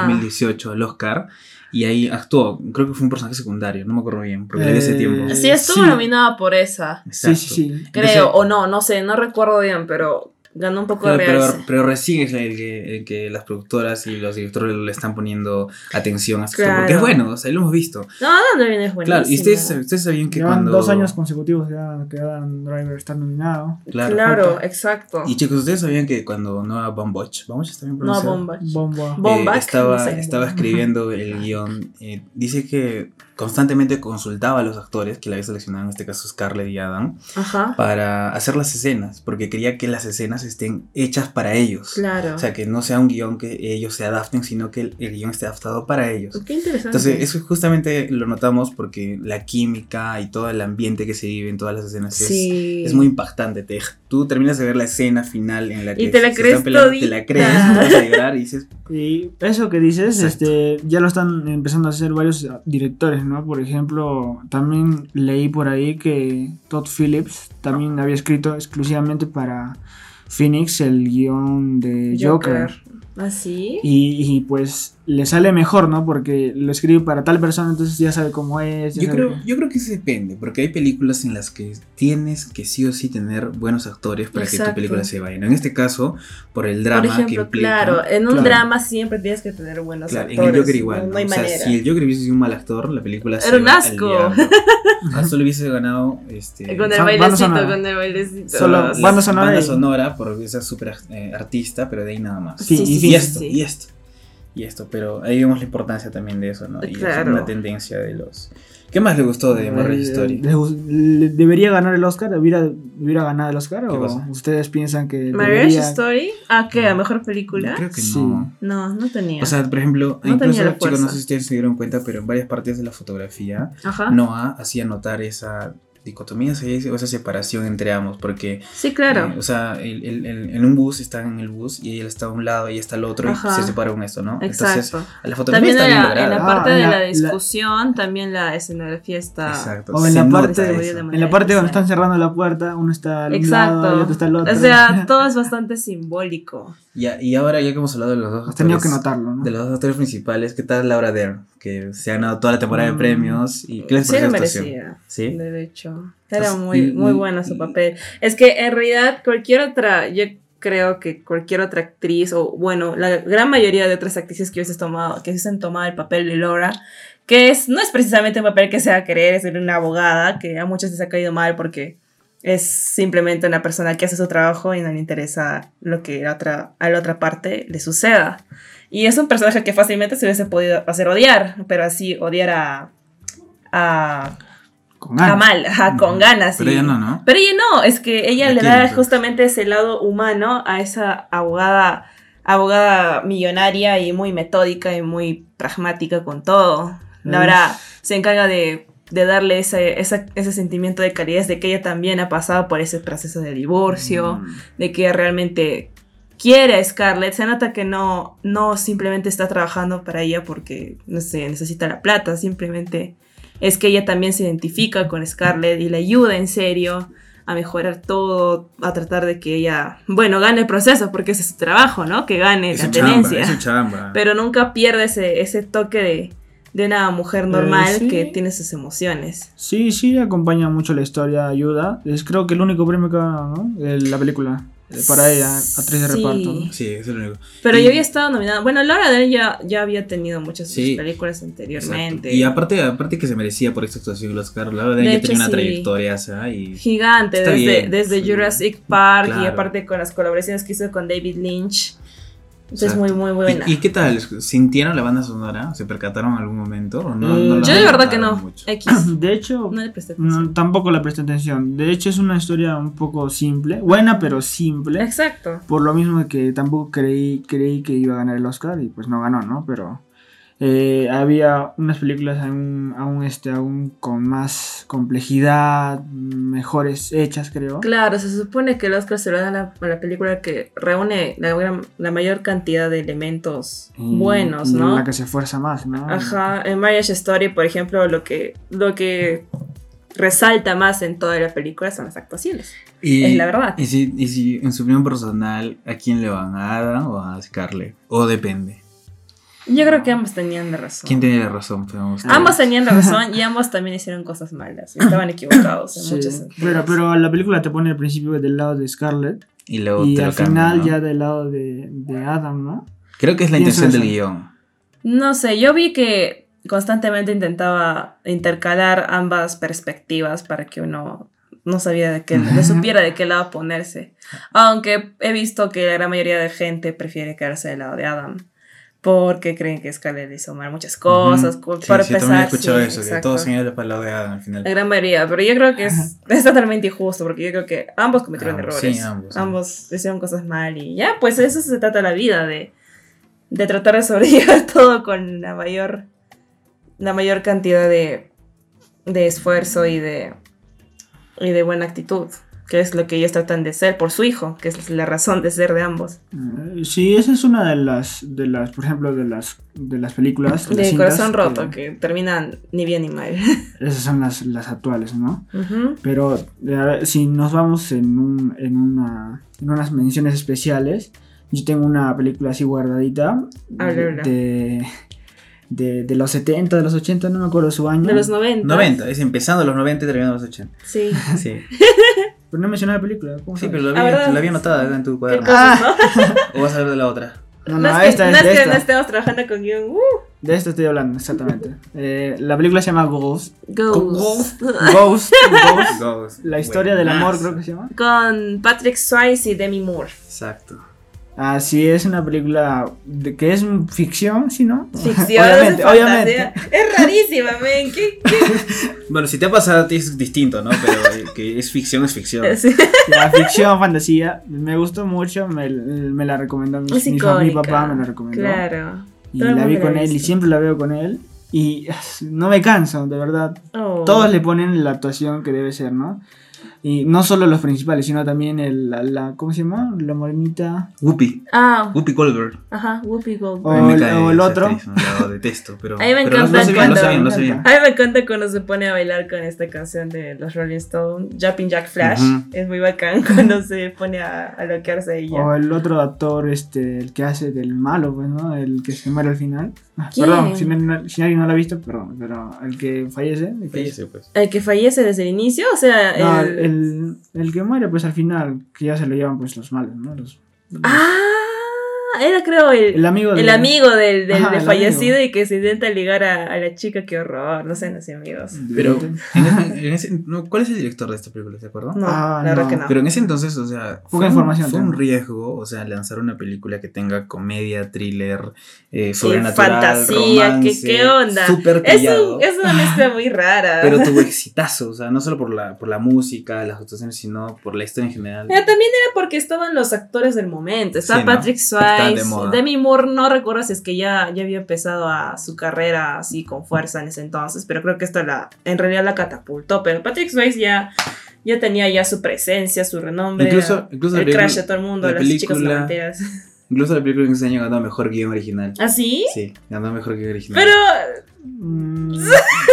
Speaker 2: Ah.
Speaker 3: en 2018 al Oscar. Y ahí actuó, creo que fue un personaje secundario, no me acuerdo bien, porque la vi hace
Speaker 1: Eh,
Speaker 3: tiempo.
Speaker 1: conocí.
Speaker 2: Sí, estuvo
Speaker 1: Sí.
Speaker 2: nominada por esa,
Speaker 1: Sí,
Speaker 3: Exacto.
Speaker 1: sí, sí.
Speaker 2: creo,
Speaker 3: Entonces-
Speaker 2: o no, no sé, no recuerdo bien, pero ganó un poco
Speaker 3: Claro,
Speaker 2: de
Speaker 3: pero,
Speaker 2: realce.
Speaker 3: pero recién es el que, el que las productoras y los directores le están poniendo atención a su
Speaker 2: Claro.
Speaker 3: Porque es bueno, o sea, lo hemos visto.
Speaker 2: No, Adam Driver es buenísimo.
Speaker 3: Claro, y ustedes, ustedes sabían que
Speaker 1: Llevan
Speaker 3: cuando.
Speaker 1: dos años consecutivos ya que Adam Driver está nominado.
Speaker 3: Claro.
Speaker 2: Claro,
Speaker 1: falta.
Speaker 2: exacto.
Speaker 3: Y chicos, ustedes sabían que cuando Noah Baumbach. Baumbach está bien
Speaker 2: No,
Speaker 3: pronunciado?
Speaker 2: bomba.
Speaker 1: Bomba.
Speaker 3: Eh,
Speaker 2: Bomback,
Speaker 3: estaba,
Speaker 2: no sé.
Speaker 3: estaba
Speaker 2: [LAUGHS]
Speaker 3: escribiendo el guión. eh, dice que constantemente consultaba a los actores que le había seleccionado, en este caso Scarlett y Adam,
Speaker 2: Ajá,
Speaker 3: para hacer las escenas, porque quería que las escenas estén hechas para ellos.
Speaker 2: claro.
Speaker 3: O sea, que no sea un guión que ellos se adapten, sino que el, el guión esté adaptado para ellos.
Speaker 2: Qué interesante.
Speaker 3: Entonces, eso justamente lo notamos porque la química y todo el ambiente que se vive en todas las escenas es-
Speaker 2: sí.
Speaker 3: es, muy impactante. Te deja- tú terminas de ver la escena final en la que
Speaker 2: Y te la
Speaker 3: se están
Speaker 2: crees
Speaker 3: peleando, te la
Speaker 2: todita.
Speaker 3: crees, te vas a llorar y dices,
Speaker 1: Y eso que dices,
Speaker 3: Exacto.
Speaker 1: este, ya lo están empezando a hacer varios ah, directores, ¿no? Por ejemplo, también leí por ahí que Todd Phillips también había escrito exclusivamente para Phoenix el guión de Joker.
Speaker 2: ¿Ah, ¿Así?
Speaker 1: Y, y, pues le sale mejor, ¿no? Porque lo escribe para tal persona, entonces ya sabe cómo es. ya
Speaker 3: Yo
Speaker 1: sabe-
Speaker 3: creo, yo creo que eso depende, porque hay películas en las que tienes que sí o sí tener buenos actores para que
Speaker 2: Exacto.
Speaker 3: tu película se vaya. ¿no? En este caso, por el drama
Speaker 2: Por
Speaker 3: que
Speaker 2: ejemplo,
Speaker 3: implica.
Speaker 2: claro, en un
Speaker 1: Claro.
Speaker 2: drama siempre tienes que tener buenos
Speaker 3: Claro, en
Speaker 2: actores.
Speaker 3: el Joker igual.
Speaker 2: No,
Speaker 3: ¿no?
Speaker 2: no hay
Speaker 3: o sea,
Speaker 2: manera.
Speaker 3: si el Joker hubiese sido un mal actor, la película
Speaker 2: Era
Speaker 3: se
Speaker 2: un
Speaker 3: va al
Speaker 2: asco.
Speaker 3: diablo.
Speaker 2: [LAUGHS]
Speaker 3: Ah, Solo hubiese ganado este,
Speaker 2: Con el
Speaker 1: Son- banda
Speaker 2: bailecito,
Speaker 1: sonora.
Speaker 2: con el bailecito.
Speaker 1: Solo-
Speaker 3: la
Speaker 1: banda sonora
Speaker 3: banda
Speaker 1: y-
Speaker 3: sonora por esa super eh, artista, pero de ahí nada más.
Speaker 1: Sí,
Speaker 2: Sí,
Speaker 1: y
Speaker 2: sí,
Speaker 3: y
Speaker 2: sí,
Speaker 1: fiesta.
Speaker 3: esto,
Speaker 2: sí.
Speaker 3: y esto. y esto, pero ahí vemos la importancia también de eso, ¿no? Y es
Speaker 2: Claro.
Speaker 3: una tendencia de los... ¿Qué más le gustó de Marriage
Speaker 1: Eh,
Speaker 3: Story?
Speaker 1: le gus- le- ¿Debería ganar el Oscar? ¿Hubiera, hubiera ganado el Oscar?
Speaker 3: ¿Qué
Speaker 1: ¿O
Speaker 3: cosa?
Speaker 1: ustedes piensan que
Speaker 2: Marriage
Speaker 1: debería-
Speaker 2: Story. Ah, ¿qué? ¿A mejor película?
Speaker 3: Creo que
Speaker 1: Sí.
Speaker 3: no.
Speaker 2: No, no tenía.
Speaker 3: O sea, por ejemplo,
Speaker 2: No tenía
Speaker 3: incluso,
Speaker 2: la
Speaker 3: chicos, no
Speaker 2: fuerza.
Speaker 3: sé si ustedes se dieron cuenta, pero en varias partes de la fotografía
Speaker 2: Ajá.
Speaker 3: Noah hacía notar esa dicotomía, se dice, o esa separación entre ambos, porque,
Speaker 2: Sí, claro.
Speaker 3: eh, o sea, el- el- el- en un bus están en el bus y él está a un lado y está al otro
Speaker 2: Ajá.
Speaker 3: y se separa con esto, ¿no? Eh, Entonces,
Speaker 2: Exacto.
Speaker 3: la
Speaker 2: También
Speaker 3: fotografía está
Speaker 2: en
Speaker 3: bien
Speaker 2: la, en
Speaker 3: lograda.
Speaker 2: la
Speaker 1: Ah,
Speaker 2: parte de
Speaker 1: la-
Speaker 2: la,
Speaker 1: la-
Speaker 2: discusión, también la escenografía está.
Speaker 3: Exacto.
Speaker 1: O en la parte-
Speaker 3: nota
Speaker 2: distribuida
Speaker 3: eso.
Speaker 2: de manera
Speaker 1: En la parte donde
Speaker 2: diferente.
Speaker 1: están cerrando la puerta, uno está al un lado y otro está al
Speaker 2: Exacto.
Speaker 1: otro. [LAUGHS]
Speaker 2: O sea, todo es bastante simbólico.
Speaker 3: Y, a- y ahora ya que hemos hablado de los dos
Speaker 1: Has tenido que
Speaker 3: actores-
Speaker 1: notarlo, ¿no?
Speaker 3: de los dos actores principales, ¿qué tal Laura Dern? Que se ha ganado toda la temporada de
Speaker 1: Mm.
Speaker 3: premios y ¿qué les
Speaker 2: Sí, lo
Speaker 3: pareció la actuación?
Speaker 2: merecía.
Speaker 3: Sí.
Speaker 2: De hecho,
Speaker 3: Entonces,
Speaker 2: era muy,
Speaker 3: y-
Speaker 2: muy
Speaker 3: y-
Speaker 2: bueno su
Speaker 3: y-
Speaker 2: papel. Es que en realidad cualquier otra, yo creo que cualquier otra actriz, o bueno, la gran mayoría de otras actrices que hubiesen tomado, que hubiesen tomado el papel de Laura, que es, no es precisamente un papel que se va a querer, es una abogada, que a muchos les ha caído mal porque es simplemente una persona que hace su trabajo y no le interesa lo que la otra, a la otra parte le suceda. Y es un personaje que fácilmente se hubiese podido hacer odiar, pero así odiar a, a
Speaker 1: Con ganas.
Speaker 2: a mal, ajá, Ah, con ganas.
Speaker 3: Ah, Pero
Speaker 2: y-
Speaker 3: ella no, ¿no?
Speaker 2: Pero ella no, es que ella
Speaker 3: ¿A
Speaker 2: le
Speaker 3: quién,
Speaker 2: da
Speaker 3: entonces?
Speaker 2: justamente ese lado humano a esa abogada, abogada millonaria y muy metódica y muy pragmática con todo. Laura se encarga de, de darle ese, esa- ese sentimiento de calidez de que ella también ha pasado por ese proceso de divorcio
Speaker 1: Mm.
Speaker 2: de que realmente quiere a Scarlett. Se nota que no, no simplemente está trabajando para ella porque, no sé, necesita la plata, simplemente es que ella también se identifica con Scarlett y le ayuda en serio a mejorar todo, a tratar de que ella, bueno, gane el proceso porque ese es su trabajo, ¿no? Que gane
Speaker 3: Es
Speaker 2: la
Speaker 3: su chamba,
Speaker 2: tenencia.
Speaker 3: es su chamba.
Speaker 2: Pero nunca pierde ese, ese toque de, de una mujer normal
Speaker 1: sí.
Speaker 2: que tiene sus emociones.
Speaker 1: Sí, sí, acompaña mucho la historia, ayuda. Es creo que el único premio que ha ganado, ¿no? De la película. eh, Para ella, actriz de
Speaker 2: Sí.
Speaker 1: reparto. ¿no?
Speaker 3: Sí, es lo único.
Speaker 2: Pero
Speaker 3: Y-
Speaker 2: yo había estado nominada. Bueno, Laura Dern ya, ya había tenido muchas otras
Speaker 3: Sí.
Speaker 2: películas
Speaker 3: Exacto.
Speaker 2: anteriormente.
Speaker 3: Y aparte, aparte que se merecía por esta actuación el Oscar, la verdad
Speaker 2: De
Speaker 3: ya
Speaker 2: hecho,
Speaker 3: tenía una
Speaker 2: sí.
Speaker 3: trayectoria, o sea, y
Speaker 2: gigante
Speaker 3: Está
Speaker 2: desde,
Speaker 3: bien,
Speaker 2: desde
Speaker 3: sí.
Speaker 2: Jurassic Park y
Speaker 3: Claro.
Speaker 2: aparte con las colaboraciones que hizo con David Lynch. Es
Speaker 3: Exacto.
Speaker 2: muy, muy buena.
Speaker 3: ¿Y, y qué tal? ¿Sintieron la banda sonora? ¿Se percataron en algún momento? ¿O no,
Speaker 1: Mm,
Speaker 3: no la
Speaker 2: Yo de verdad que no.
Speaker 3: notaron mucho?
Speaker 2: X.
Speaker 3: [COUGHS]
Speaker 1: De hecho,
Speaker 2: No le presté atención.
Speaker 1: no, tampoco la presté atención. De hecho, es una historia un poco simple. Buena, pero simple.
Speaker 2: Exacto.
Speaker 1: Por lo mismo de que tampoco creí, creí que iba a ganar el Oscar y pues no ganó, ¿no? Pero eh, había unas películas aún, aún, este, aún con más complejidad, mejores hechas, creo.
Speaker 2: Claro, se supone que el Oscar se lo dan a la, a la película que reúne la, gran- la mayor cantidad de elementos
Speaker 3: Mm,
Speaker 1: Y-
Speaker 2: buenos,
Speaker 1: y
Speaker 2: ¿no?
Speaker 1: La que se esfuerza más, ¿no?
Speaker 2: Ajá, en Marriage Story, por ejemplo, lo que, lo que resalta más en toda la película son las actuaciones.
Speaker 3: Y,
Speaker 2: Es la verdad.
Speaker 3: Y si, y si, en su opinión personal, ¿a quién le van? ¿A Adam o a Scarlett? O depende.
Speaker 2: Yo creo que ambos tenían la razón.
Speaker 3: ¿Quién tiene la razón? Pues, Pero ustedes?
Speaker 2: Ambos
Speaker 3: [LAUGHS]
Speaker 2: tenían la razón y ambos también hicieron cosas malas. y Estaban equivocados en
Speaker 1: Sí,
Speaker 2: muchos sentidos.
Speaker 1: pero, pero la película te pone al principio del lado de Scarlett
Speaker 3: eh, Y luego
Speaker 1: y
Speaker 3: te
Speaker 1: al
Speaker 3: lo cambian,
Speaker 1: final
Speaker 3: ¿no?
Speaker 1: ya del lado de, de Adam, ¿no?
Speaker 3: Creo que es la
Speaker 1: Pienso
Speaker 3: intención del
Speaker 1: eso.
Speaker 3: guión.
Speaker 2: No sé, yo vi que constantemente intentaba intercalar ambas perspectivas para que uno no sabía de qué, no supiera de qué lado ponerse. Aunque he visto que la gran mayoría de gente prefiere quedarse del lado de Adam. Porque creen que Scarlett hizo mal muchas cosas.
Speaker 3: Ujú.
Speaker 2: por
Speaker 3: Sí,
Speaker 2: para
Speaker 3: sí, yo también he
Speaker 2: empezar,
Speaker 3: escuchado
Speaker 2: sí,
Speaker 3: eso, que
Speaker 2: exacto.
Speaker 3: todos señalan para el lado de Adam al final.
Speaker 2: La gran mayoría, pero yo creo que es, es totalmente injusto porque yo creo que ambos cometieron
Speaker 3: Ambos,
Speaker 2: errores.
Speaker 3: sí, ambos,
Speaker 2: hicieron cosas mal y ya, pues eso se trata la vida, de, de tratar de sobrellevar [LAUGHS] todo con la mayor, la mayor cantidad de, de esfuerzo y de, y de buena actitud, que es lo que ellos tratan de ser por su hijo, que es la razón de ser de ambos.
Speaker 1: Eh, Sí, esa es una de las, de las por ejemplo, de las, de las películas. las
Speaker 2: De
Speaker 1: cintas,
Speaker 2: corazón roto,
Speaker 1: que-
Speaker 2: que terminan ni bien ni mal.
Speaker 1: Esas son las, las actuales, ¿no?
Speaker 2: Ujú.
Speaker 1: Pero eh, a ver, si nos vamos en, un- en, una, en unas menciones especiales, yo tengo una película así guardadita
Speaker 2: Habla, habla.
Speaker 1: de, de, de los 70, de los 80, no me acuerdo su año.
Speaker 2: De los 90.
Speaker 3: 90, es empezando los 90 y terminando los 80.
Speaker 1: [LAUGHS]
Speaker 2: Sí.
Speaker 3: Sí,
Speaker 1: Pero no mencioné la película. ¿cómo
Speaker 3: sí
Speaker 1: sabes?
Speaker 3: pero la
Speaker 2: Ah, ¿verdad?
Speaker 3: había, la había anotada acá en tu
Speaker 2: Qué
Speaker 3: cuaderno.
Speaker 2: cosas, ¿no?
Speaker 3: ¿O vas a hablar de la otra?
Speaker 1: No,
Speaker 2: No
Speaker 1: no,
Speaker 2: es que,
Speaker 1: esta
Speaker 2: no
Speaker 1: es
Speaker 2: es
Speaker 1: de
Speaker 2: que
Speaker 1: esta.
Speaker 2: no estemos trabajando con guión. Uh,
Speaker 1: De esto estoy hablando,
Speaker 2: [LAUGHS]
Speaker 1: exactamente. Eh, la película se llama Ghost.
Speaker 2: Ghost.
Speaker 1: Ghost. [LAUGHS] Ghost.
Speaker 3: Ghost.
Speaker 1: La historia del amor,
Speaker 3: Buenazo.
Speaker 1: creo que se llama. [LAUGHS]
Speaker 2: Con Patrick Swayze y Demi Moore.
Speaker 3: Exacto.
Speaker 1: Así Ah, es una película de, que es ficción, ¿sí no?
Speaker 2: Ficción,
Speaker 1: obviamente,
Speaker 2: es
Speaker 1: obviamente.
Speaker 2: fantasía. Es rarísima, men.
Speaker 1: [LAUGHS]
Speaker 2: ¿Qué, qué?
Speaker 3: Bueno, si te ha pasado a ti es distinto, ¿no? Pero eh, que es ficción, es ficción.
Speaker 2: Sí.
Speaker 1: La ficción, fantasía, me gustó mucho, me, me la recomendó mi,
Speaker 2: Es
Speaker 1: mi fa- mi
Speaker 2: icónica.
Speaker 1: papá, me la recomendó.
Speaker 2: Claro.
Speaker 1: Y
Speaker 2: Todo el
Speaker 1: la
Speaker 2: mundo
Speaker 1: vi
Speaker 2: la
Speaker 1: con
Speaker 2: ha
Speaker 1: él y
Speaker 2: visto.
Speaker 1: siempre la veo con él. Y as, no me canso, de verdad.
Speaker 2: Oh.
Speaker 1: Todos le ponen la actuación que debe ser, ¿no? Y no solo los principales, sino también el, la, la- ¿cómo se llama? La morenita.
Speaker 3: Whoopi.
Speaker 2: Ah,
Speaker 3: Whoopi Goldberg.
Speaker 2: ajá, Whoopi
Speaker 1: O
Speaker 2: Goldberg.
Speaker 3: A mí me
Speaker 1: el-
Speaker 3: cae
Speaker 1: o el
Speaker 3: esa
Speaker 1: otro.
Speaker 3: actriz, La detesto,
Speaker 2: [LAUGHS]
Speaker 3: pero.
Speaker 2: A mí me
Speaker 3: pero
Speaker 2: encanta
Speaker 3: No sé bien, no sé
Speaker 2: cuando-
Speaker 3: bien, no sé
Speaker 1: Oh.
Speaker 3: bien.
Speaker 2: A mí me encanta cuando se pone a bailar con esta canción de los Rolling Stones, Jumping Jack Flash.
Speaker 3: Ujú.
Speaker 2: Es muy bacán [LAUGHS] cuando se pone a, a loquearse ella.
Speaker 1: O el otro actor, este, el que hace del malo, pues, ¿no? El que se muere al final. Ah,
Speaker 2: ¿Quién?
Speaker 1: Perdón, si, no- si alguien no lo ha visto, perdón, pero el que fallece. el que-
Speaker 3: Fallece, pues.
Speaker 2: El que fallece desde el inicio, o sea,
Speaker 1: No,
Speaker 2: el...
Speaker 1: el, el que muere, pues al final, que ya se lo llevan, pues los malos, ¿no? Los-
Speaker 2: Ah, era creo el,
Speaker 1: el amigo
Speaker 2: El
Speaker 1: de-
Speaker 2: amigo del, del-
Speaker 1: Ajá,
Speaker 2: del
Speaker 1: el
Speaker 2: fallecido y que se intenta ligar a, a la chica, qué horror, no sean así amigos.
Speaker 1: de-
Speaker 3: Pero, en ese- en ese- no, ¿cuál es el director de esta película? ¿Te acuerdas?
Speaker 2: No,
Speaker 1: Ah,
Speaker 2: la verdad
Speaker 1: no.
Speaker 2: que no.
Speaker 3: Pero en ese entonces, o sea,
Speaker 1: Poca
Speaker 3: un-
Speaker 1: información
Speaker 3: fue un
Speaker 1: tengo.
Speaker 3: riesgo, o sea, lanzar una película que tenga comedia, thriller, eh,
Speaker 2: Sí,
Speaker 3: sobrenatural,
Speaker 2: fantasía, que-
Speaker 3: romance,
Speaker 2: ¿qué, onda?
Speaker 3: Súper
Speaker 2: es,
Speaker 3: pillado.
Speaker 2: un- es una mezcla muy rara.
Speaker 3: Pero tuvo exitazo, o sea, no solo por la, por la música, las actuaciones, sino por la historia en general.
Speaker 2: [LAUGHS] Pero también era porque estaban los actores del momento. Estaba
Speaker 3: Sí, ¿no?
Speaker 2: Patrick
Speaker 3: Estaban de
Speaker 2: Swayze,
Speaker 3: moda.
Speaker 2: Demi Moore, no recuerdo si es que ya, ya había empezado a su carrera así con fuerza en ese entonces, pero creo que esto la, en realidad la catapultó. Pero Patrick Swayze ya, ya tenía ya su presencia, su renombre.
Speaker 3: E Incluso, incluso, la
Speaker 2: el crash de
Speaker 3: película,
Speaker 2: todo el mundo,
Speaker 3: la
Speaker 2: las chicas
Speaker 3: película-
Speaker 2: noventeras.
Speaker 3: incluso la película en ese año ganó mejor guión original.
Speaker 2: ¿Ah, sí?
Speaker 3: Sí, ganó mejor guión original.
Speaker 2: Pero
Speaker 1: Mm,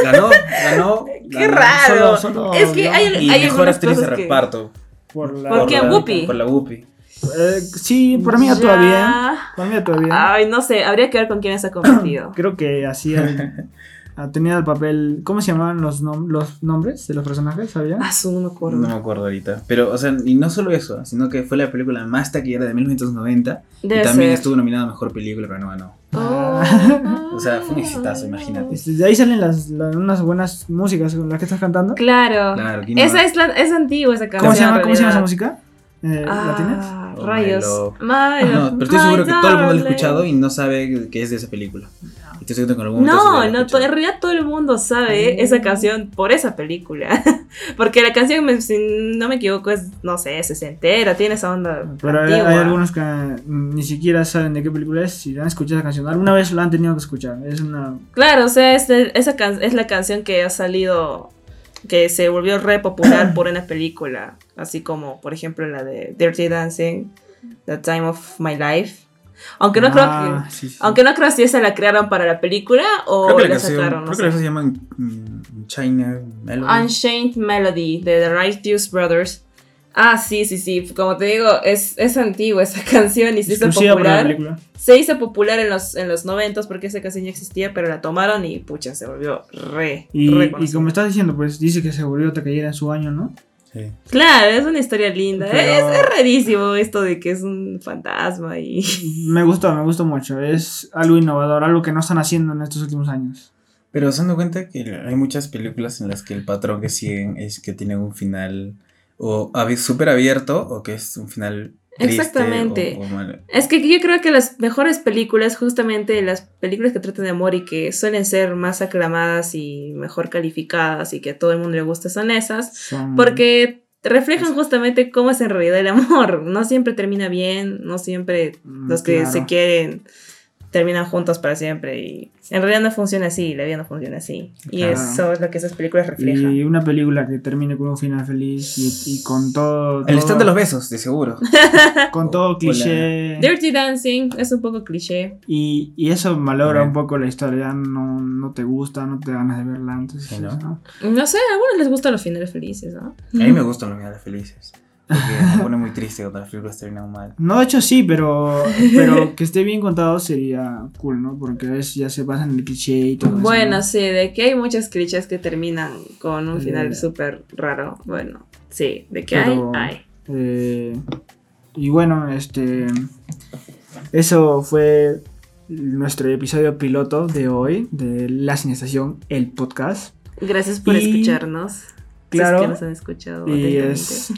Speaker 3: ganó, ganó.
Speaker 2: [LAUGHS] Qué
Speaker 3: ganó
Speaker 2: raro.
Speaker 1: solo- solo
Speaker 2: [LAUGHS] es que
Speaker 1: guión
Speaker 2: hay,
Speaker 3: Y
Speaker 2: hay
Speaker 3: mejor
Speaker 2: algunas
Speaker 3: actriz de
Speaker 2: cosas que-
Speaker 3: reparto.
Speaker 1: Mm, por la-
Speaker 2: ¿Por qué?
Speaker 3: la-
Speaker 2: Whoopi.
Speaker 3: Por la Whoopi.
Speaker 1: Eh, sí, por mí actúa
Speaker 2: Ya. Ah.
Speaker 1: bien. Por mí actúa bien.
Speaker 2: Ay, no sé, habría que ver con quién se
Speaker 1: [CLEARS THROAT]
Speaker 2: ha competido.
Speaker 1: Creo que hacía. ah, tenía el papel. ¿Cómo se llamaban los, nom- los nombres de los personajes? ¿Sabía?
Speaker 2: Ah, su, no me acuerdo.
Speaker 3: No me acuerdo ahorita. Pero, o sea, y no solo eso, sino que fue la película más taquillera de 1990
Speaker 2: Debe
Speaker 3: y también
Speaker 2: ser.
Speaker 3: estuvo nominada a mejor película, pero no ganó. O sea, fue un exitazo, imagínate.
Speaker 1: Ah. Este, De ahí salen las, las- unas buenas músicas con las que estás cantando.
Speaker 2: Claro.
Speaker 3: Claro, ¿quién no
Speaker 2: Esa
Speaker 3: va?
Speaker 2: es, la- es antigua esa canción.
Speaker 1: ¿Cómo se, llama,
Speaker 2: en
Speaker 1: ¿Cómo se llama esa
Speaker 2: realidad.
Speaker 1: música? Eh, ¿La tienes?
Speaker 2: Ah,
Speaker 3: Oh, my
Speaker 2: Rayos.
Speaker 3: love.
Speaker 2: My
Speaker 3: No,
Speaker 2: love,
Speaker 3: pero estoy
Speaker 2: my
Speaker 3: seguro que todo el mundo lo
Speaker 2: darling.
Speaker 3: ha escuchado y no sabe que es de esa película. Y Estoy seguro que en algún momento se lo
Speaker 2: No,
Speaker 3: ha
Speaker 2: no, to-
Speaker 3: escuchado.
Speaker 2: en realidad todo el mundo sabe
Speaker 1: Mm.
Speaker 2: esa canción por esa película. [LAUGHS] Porque la canción, me- si no me equivoco, es, no sé, sesentera, tiene esa onda.
Speaker 1: Pero hay,
Speaker 2: antigua.
Speaker 1: hay algunos que mm, ni siquiera saben de qué película es. Si han escuchado la canción, alguna vez la han tenido que escuchar. Es una.
Speaker 2: Claro, o sea, es, de- esa can- es la canción que ha salido, que se volvió re popular por una película, así como, por ejemplo, la de Dirty Dancing, The Time of My Life. Aunque no creo que... Aunque no creo si esa la crearon para la película o
Speaker 3: Ah, creo que
Speaker 2: la,
Speaker 3: la canción,
Speaker 2: sacaron, no
Speaker 3: creo que la
Speaker 2: sé.
Speaker 3: canción se llama mm, China Melody.
Speaker 2: Unchained Melody de The Righteous Brothers. Ah, sí, sí, sí. Como te digo, es, es antigua esa [LAUGHS] canción y se hizo
Speaker 1: Exclusiva para la
Speaker 2: popular.
Speaker 1: película.
Speaker 2: Se hizo popular en los, en los 90 porque esa canción ya existía, pero la tomaron y pucha, se volvió re.
Speaker 1: Y, y
Speaker 2: reconocida.
Speaker 1: como estás diciendo, pues dice que se volvió taquillera en su año, ¿no?
Speaker 3: Sí.
Speaker 2: Claro, es una historia linda.
Speaker 1: Pero-
Speaker 2: Es, es rarísimo esto de que es un fantasma y.
Speaker 1: [LAUGHS] Me gustó, me gustó mucho. Es algo innovador, algo que no están haciendo en estos últimos años.
Speaker 3: Pero se dando cuenta que hay muchas películas en las que el patrón que siguen es que tienen un final o abi- súper abierto o que es un final triste
Speaker 2: Exactamente.
Speaker 3: o- o malo.
Speaker 2: Es que yo creo que las mejores películas, justamente las películas que tratan de amor y que suelen ser más aclamadas y mejor calificadas y que a todo el mundo le gusta, son esas.
Speaker 1: Son-
Speaker 2: Porque reflejan justamente cómo es en realidad el amor. No siempre termina bien, no siempre
Speaker 1: Mm,
Speaker 2: los que
Speaker 1: claro.
Speaker 2: se quieren terminan juntos para siempre. Y en realidad no funciona así, la vida no funciona así. Y
Speaker 1: Claro.
Speaker 2: eso es lo que esas películas reflejan.
Speaker 1: Y una película que termine con un final feliz y, y con todo.
Speaker 3: El
Speaker 1: todo-
Speaker 3: stand de los besos,
Speaker 2: [LAUGHS]
Speaker 3: de seguro.
Speaker 1: Con todo
Speaker 3: Hola.
Speaker 1: cliché.
Speaker 2: Dirty Dancing es un poco cliché.
Speaker 1: Y, y eso valora
Speaker 3: Ajá.
Speaker 1: un poco la historia. No, no te gusta, no te dan ganas de verla antes. "Ah".
Speaker 3: Sí, ¿no?
Speaker 1: ¿no?
Speaker 2: No sé, a algunos les gustan los finales felices, ¿no?
Speaker 3: A mí me gustan los finales felices. Porque me pone muy triste cuando las películas terminan mal.
Speaker 1: No, de hecho sí,
Speaker 2: [LAUGHS]
Speaker 1: pero, pero que esté bien contado sería cool, ¿no? Porque a veces ya se pasan el cliché y todo eso,
Speaker 2: Bueno,
Speaker 1: ¿no?
Speaker 2: sí, de que hay muchos clichés que terminan con un final
Speaker 1: Eh.
Speaker 2: súper raro. Bueno, sí, de que
Speaker 1: Pero-
Speaker 2: hay, hay.
Speaker 1: Eh, y bueno, este. Eso fue nuestro episodio piloto de hoy, de La Sinestación, el podcast.
Speaker 2: Gracias por
Speaker 1: Y-
Speaker 2: escucharnos. Si es
Speaker 1: claro,
Speaker 2: que nos han escuchado.
Speaker 1: Y
Speaker 2: atentamente.
Speaker 1: es.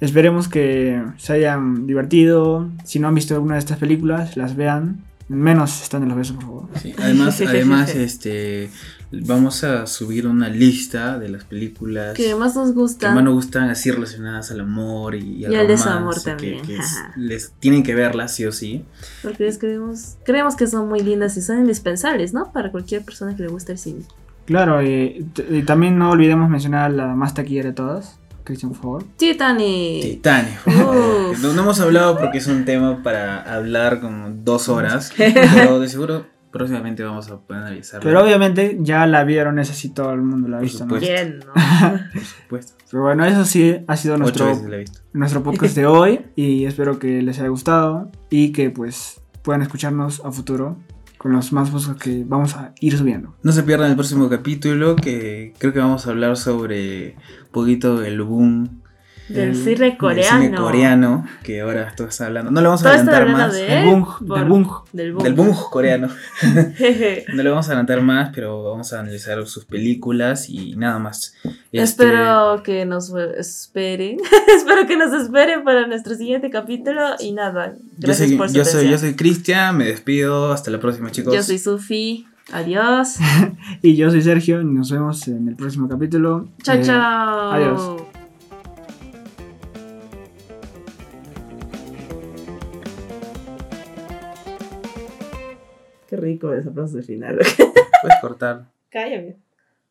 Speaker 1: Esperemos que se hayan divertido. Si no han visto alguna de estas películas, las vean. Menos están en los besos, por favor.
Speaker 3: Sí, Además, además este, vamos a subir una lista de las películas
Speaker 2: Que más nos
Speaker 3: que
Speaker 2: gusta.
Speaker 3: más nos gustan así relacionadas al amor y,
Speaker 2: Y al
Speaker 3: romance,
Speaker 2: desamor
Speaker 3: que-
Speaker 2: también,
Speaker 3: que es-
Speaker 2: ajá.
Speaker 3: les tienen que verlas sí o sí.
Speaker 2: Porque les creemos, creemos que son muy lindas y son indispensables, ¿no? Para cualquier persona que le guste el cine.
Speaker 1: Claro, y, t- y también no olvidemos mencionar a la más taquillera de todas. Cristian, por favor.
Speaker 2: Titanic.
Speaker 3: Titanes.
Speaker 2: Uf.
Speaker 3: No, no hemos hablado porque es un tema para hablar como
Speaker 2: [LAUGHS]
Speaker 3: dos horas, pero de seguro próximamente vamos a poder analizarlo.
Speaker 1: Pero obviamente ya la vieron, esa sí todo el mundo la ha
Speaker 3: Por
Speaker 1: visto, ¿no?
Speaker 3: supuesto.
Speaker 2: ¿Quién
Speaker 3: [LAUGHS]
Speaker 2: no?
Speaker 3: por supuesto.
Speaker 1: Pero bueno, eso sí ha sido
Speaker 3: pues, Ocho
Speaker 1: nuestro,
Speaker 3: veces la he visto.
Speaker 1: nuestro podcast de hoy y espero que les haya gustado y que pues puedan escucharnos a futuro con los más buscas que vamos a ir subiendo.
Speaker 3: No se pierdan el próximo capítulo que creo que vamos a hablar sobre un poquito el boom
Speaker 2: Del
Speaker 1: El-
Speaker 2: cine
Speaker 3: del
Speaker 2: coreano.
Speaker 3: cine coreano que ahora todos están hablando. No lo vamos a
Speaker 2: Todo está
Speaker 3: adelantar
Speaker 2: hablando
Speaker 3: más.
Speaker 2: de
Speaker 1: Del
Speaker 2: él.
Speaker 1: bung, del
Speaker 2: por-
Speaker 1: bung.
Speaker 2: Del boom.
Speaker 3: Del Este boom coreano.
Speaker 2: [LAUGHS] Jeje.
Speaker 3: No lo vamos a adelantar más, pero vamos a analizar sus películas y nada más. Este,
Speaker 2: Espero que nos esperen. [LAUGHS] Espero que nos esperen para nuestro siguiente capítulo. Y nada,
Speaker 3: Yo
Speaker 2: gracias
Speaker 3: soy,
Speaker 2: por su
Speaker 3: yo soy, yo
Speaker 2: atención.
Speaker 3: soy Cristian, me despido. Hasta la próxima, chicos.
Speaker 2: Yo soy Sufi.
Speaker 3: [LAUGHS]
Speaker 2: Adiós.
Speaker 3: Eh,
Speaker 1: Y yo soy Sergio y nos vemos en el próximo capítulo.
Speaker 2: Chao,
Speaker 1: Eh,
Speaker 2: chao.
Speaker 1: adiós.
Speaker 2: Qué rico esa frase final.
Speaker 3: Puedes cortar.
Speaker 2: [LAUGHS] Cállame.